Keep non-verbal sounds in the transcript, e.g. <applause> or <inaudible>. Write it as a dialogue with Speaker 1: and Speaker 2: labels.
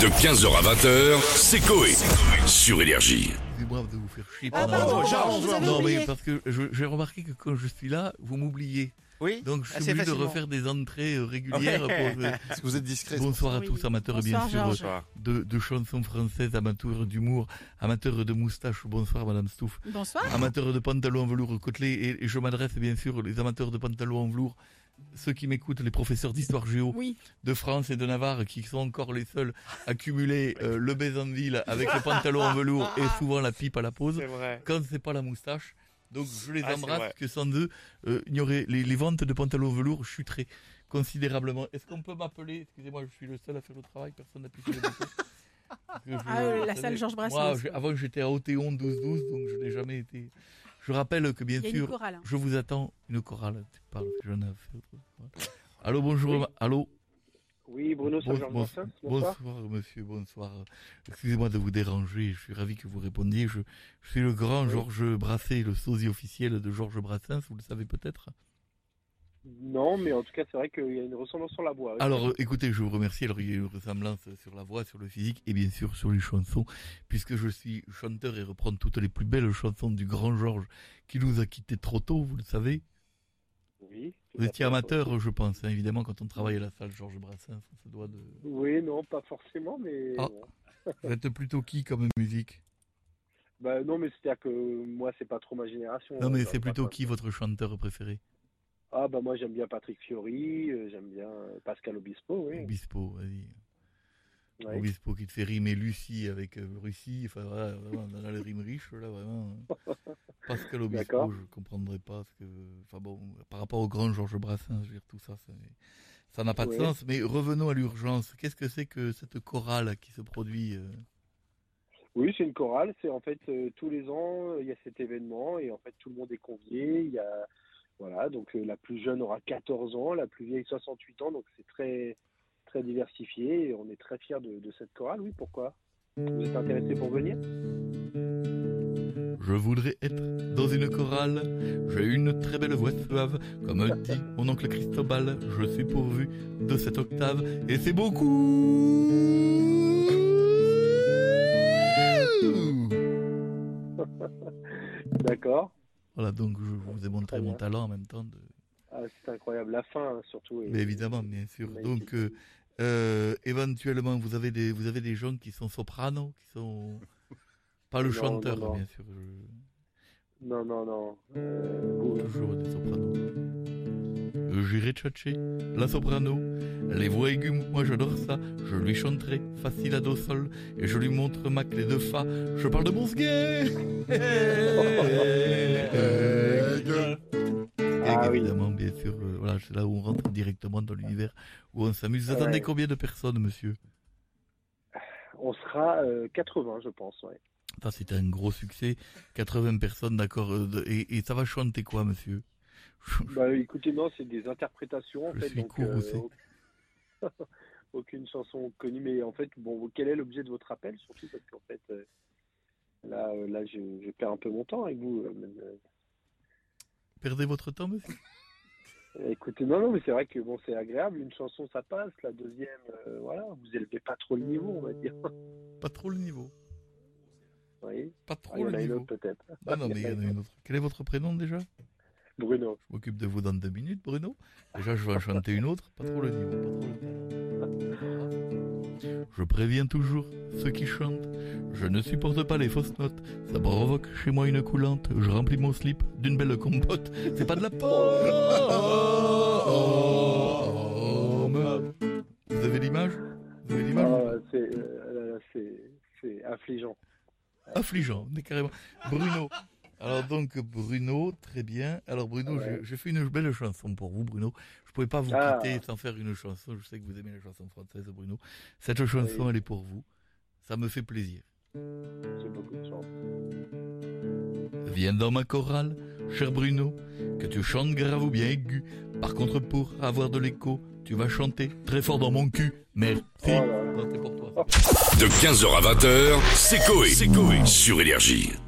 Speaker 1: De 15h à 20h, c'est Coé. Sur Énergie.
Speaker 2: Excusez-moi de vous faire chier.
Speaker 3: Ah,
Speaker 2: pendant-
Speaker 3: pardon, Georges, vous avez
Speaker 2: Non,
Speaker 3: oublié.
Speaker 2: mais parce que je- j'ai remarqué que quand je suis là, vous m'oubliez.
Speaker 3: Oui.
Speaker 2: Donc je suis
Speaker 3: Assez
Speaker 2: obligé de
Speaker 3: facilement.
Speaker 2: <laughs> refaire des entrées
Speaker 3: <laughs>
Speaker 2: euh, régulières.
Speaker 3: Ouais.
Speaker 2: pour, euh,
Speaker 4: Parce que vous êtes discret.
Speaker 2: Bonsoir à
Speaker 3: Oui,
Speaker 2: tous,
Speaker 3: oui.
Speaker 2: amateurs
Speaker 3: Bonsoir,
Speaker 2: bien
Speaker 3: Georges.
Speaker 2: sûr de, de chansons françaises, amateurs d'humour, amateurs de moustache. Bonsoir Madame Stouff.
Speaker 3: Bonsoir.
Speaker 2: Amateurs de pantalons en velours côtelé. Et, et je m'adresse bien sûr les amateurs de pantalons en velours. Ceux qui m'écoutent, les professeurs d'histoire géo
Speaker 3: Oui.
Speaker 2: de France et de Navarre, qui sont encore les seuls à cumuler euh, le baisanville avec le pantalon en velours et souvent la pipe à la pause.
Speaker 5: C'est vrai.
Speaker 2: quand c'est pas la moustache. Donc je les
Speaker 5: Ah, c'est
Speaker 2: embrasse
Speaker 5: vrai.
Speaker 2: que sans eux, euh, il y aurait les, les ventes de pantalons velours chuteraient considérablement. Est-ce qu'on peut m'appeler Excusez-moi, je suis le seul à faire le travail, personne n'appuie sur le bouton. Parce que je-
Speaker 3: Ah, euh, la
Speaker 2: vous
Speaker 3: salle
Speaker 2: savez,
Speaker 3: Georges Brassens,
Speaker 2: moi,
Speaker 3: ouais.
Speaker 2: j'ai- avant j'étais à Otéon 12-12, donc je n'ai jamais été. Je rappelle que bien
Speaker 3: Il y a une
Speaker 2: sûr,
Speaker 3: chorale. hein.
Speaker 2: je vous attends une chorale. Tu parles, je n'en ai fait autre chose. Allô, bonjour, ma- allô.
Speaker 5: Oui, Bruno, c'est
Speaker 2: Bon-
Speaker 5: Georges
Speaker 2: bon-
Speaker 5: Brassens. Bonsoir.
Speaker 2: bonsoir. monsieur, bonsoir. Excusez-moi de vous déranger, je suis ravi que vous répondiez. Je, je suis le grand Georges Brassens, le sosie officiel de Georges Brassens, vous le savez peut-être.
Speaker 5: Non, mais en tout cas, c'est vrai qu'il y a une ressemblance sur la voix. oui.
Speaker 2: Alors, euh, écoutez, je vous remercie. Alors, il y a une ressemblance sur la voix, sur le physique et bien sûr sur les chansons, puisque je suis chanteur et reprends toutes les plus belles chansons du grand Georges qui nous a quittés trop tôt, vous le savez.
Speaker 5: oui, tout
Speaker 2: Vous
Speaker 5: à
Speaker 2: étiez
Speaker 5: fait.
Speaker 2: amateur, je pense, hein, évidemment, quand on travaille à la salle Georges Brassens, on se doit de...
Speaker 5: Oui, non, pas forcément, mais.
Speaker 2: Ah. Vous êtes plutôt qui comme musique
Speaker 5: Bah, non, mais c'est-à-dire que moi, c'est pas trop ma génération.
Speaker 2: Non, mais
Speaker 5: Enfin,
Speaker 2: c'est
Speaker 5: pas
Speaker 2: plutôt
Speaker 5: trop.
Speaker 2: qui votre chanteur préféré
Speaker 5: Ah, bah, moi, j'aime bien Patrick Fiori, euh, j'aime bien euh, Pascal Obispo, oui.
Speaker 2: Obispo, vas-y.
Speaker 5: Ouais.
Speaker 2: Obispo qui te fait rimer Lucie avec euh, Russie. Enfin, voilà, vraiment, on a les rimes riches, là, vraiment. Pascal Obispo,
Speaker 5: D'accord.
Speaker 2: je comprendrais pas. Parce que, enfin bon, par rapport au grand Georges Brassens, je veux dire, tout ça, ça, ça n'a pas de
Speaker 5: Ouais.
Speaker 2: sens. Mais revenons à l'urgence. Qu'est-ce que c'est que cette chorale qui se produit euh,
Speaker 5: Oui, c'est une chorale. C'est en fait euh, tous les ans, euh, il y a cet événement et en fait tout le monde est convié. Il y a voilà, donc euh, la plus jeune aura 14 ans, la plus vieille 68 ans, donc c'est très très diversifié et on est très fiers de, de cette chorale. Oui, pourquoi Vous êtes intéressé pour venir
Speaker 2: Je voudrais être dans une chorale. J'ai une très belle voix suave, comme dit mon oncle Cristobal. Je suis pourvu de cette octave, et c'est beaucoup.
Speaker 5: D'accord.
Speaker 2: Voilà, donc je vous ai montré
Speaker 5: Très bien.
Speaker 2: mon talent en même temps. de-
Speaker 5: Ah, c'est incroyable. La fin hein, surtout. est-
Speaker 2: Mais évidemment, bien sûr.
Speaker 5: magnifique.
Speaker 2: Donc, euh, euh, éventuellement, vous avez des, vous avez des gens qui sont sopranos, qui sont pas le
Speaker 5: Non,
Speaker 2: chanteur,
Speaker 5: non, non.
Speaker 2: bien sûr. je-
Speaker 5: Non, non, non. Euh, vous-
Speaker 2: Toujours des sopranos. Euh, J'irai tchatcher la soprano, les voix aiguës, moi j'adore ça. Je lui chanterai facile à do sol et je lui montre ma clé de fa. Je parle de Bourguet.
Speaker 5: Ah oui.
Speaker 2: évidemment, bien sûr. euh, voilà, c'est là où on rentre directement dans l'univers où on s'amuse. Vous
Speaker 5: Ouais.
Speaker 2: attendez combien de personnes, monsieur
Speaker 5: On sera euh, 80, je pense. Ouais.
Speaker 2: Ça, c'est un gros succès. 80 personnes, d'accord. euh, de- Et, et ça va chanter quoi, monsieur
Speaker 5: Bah, écoutez, non, c'est des interprétations en
Speaker 2: Je
Speaker 5: fait.
Speaker 2: suis
Speaker 5: donc,
Speaker 2: courroucé.
Speaker 5: au- <laughs> aucune chanson connue, mais en fait, bon, quel est l'objet de votre appel surtout parce qu'en fait, euh, là, euh, là, je, je perds un peu mon temps avec vous. euh, même,
Speaker 2: Perdez votre temps, monsieur
Speaker 5: euh, écoutez, non, non, mais c'est vrai que bon, c'est agréable. Une chanson, ça passe. La deuxième, euh, voilà, vous élevez pas trop le niveau, on va dire. Vous
Speaker 2: Pas trop le niveau.
Speaker 5: voyez
Speaker 2: Pas
Speaker 5: Ah, il y
Speaker 2: Euh, trop
Speaker 5: en
Speaker 2: le
Speaker 5: a une
Speaker 2: niveau.
Speaker 5: autre peut-être.
Speaker 2: Non, Ah non, mais il y en a une autre. Quel est votre prénom déjà
Speaker 5: Bruno.
Speaker 2: Je m'occupe de vous dans deux minutes, Bruno. Déjà, je vais en chanter une autre. Pas trop le niveau, pas trop le niveau. Je préviens toujours ceux qui chantent. Je ne supporte pas les fausses notes. Ça provoque chez moi une coulante. Je remplis mon slip d'une belle compote. C'est pas de la pomme. Vous avez l'image Vous avez l'image
Speaker 5: Ah, c'est, euh, là, là, c'est, c'est affligeant.
Speaker 2: Affligeant, <laughs> on est carrément. Bruno. Alors donc Bruno, très bien. Alors Bruno,
Speaker 5: Ouais.
Speaker 2: je- j'ai fait une belle chanson pour vous, Bruno. Je pouvais pas vous
Speaker 5: Ah.
Speaker 2: quitter sans faire une chanson. Je sais que vous aimez les chansons françaises, Bruno. Cette chanson,
Speaker 5: Oui.
Speaker 2: elle est pour vous. Ça me fait plaisir.
Speaker 5: C'est beaucoup de chance. Mm.
Speaker 2: Viens dans ma chorale, cher Bruno, que tu chantes grave ou bien aigu. Par contre, pour avoir de l'écho, tu vas chanter très fort dans mon cul. Merci.
Speaker 5: Oh là là.
Speaker 2: Non, c'est pour toi.
Speaker 1: De 15h à 20h, c'est Coé. Sur Énergie.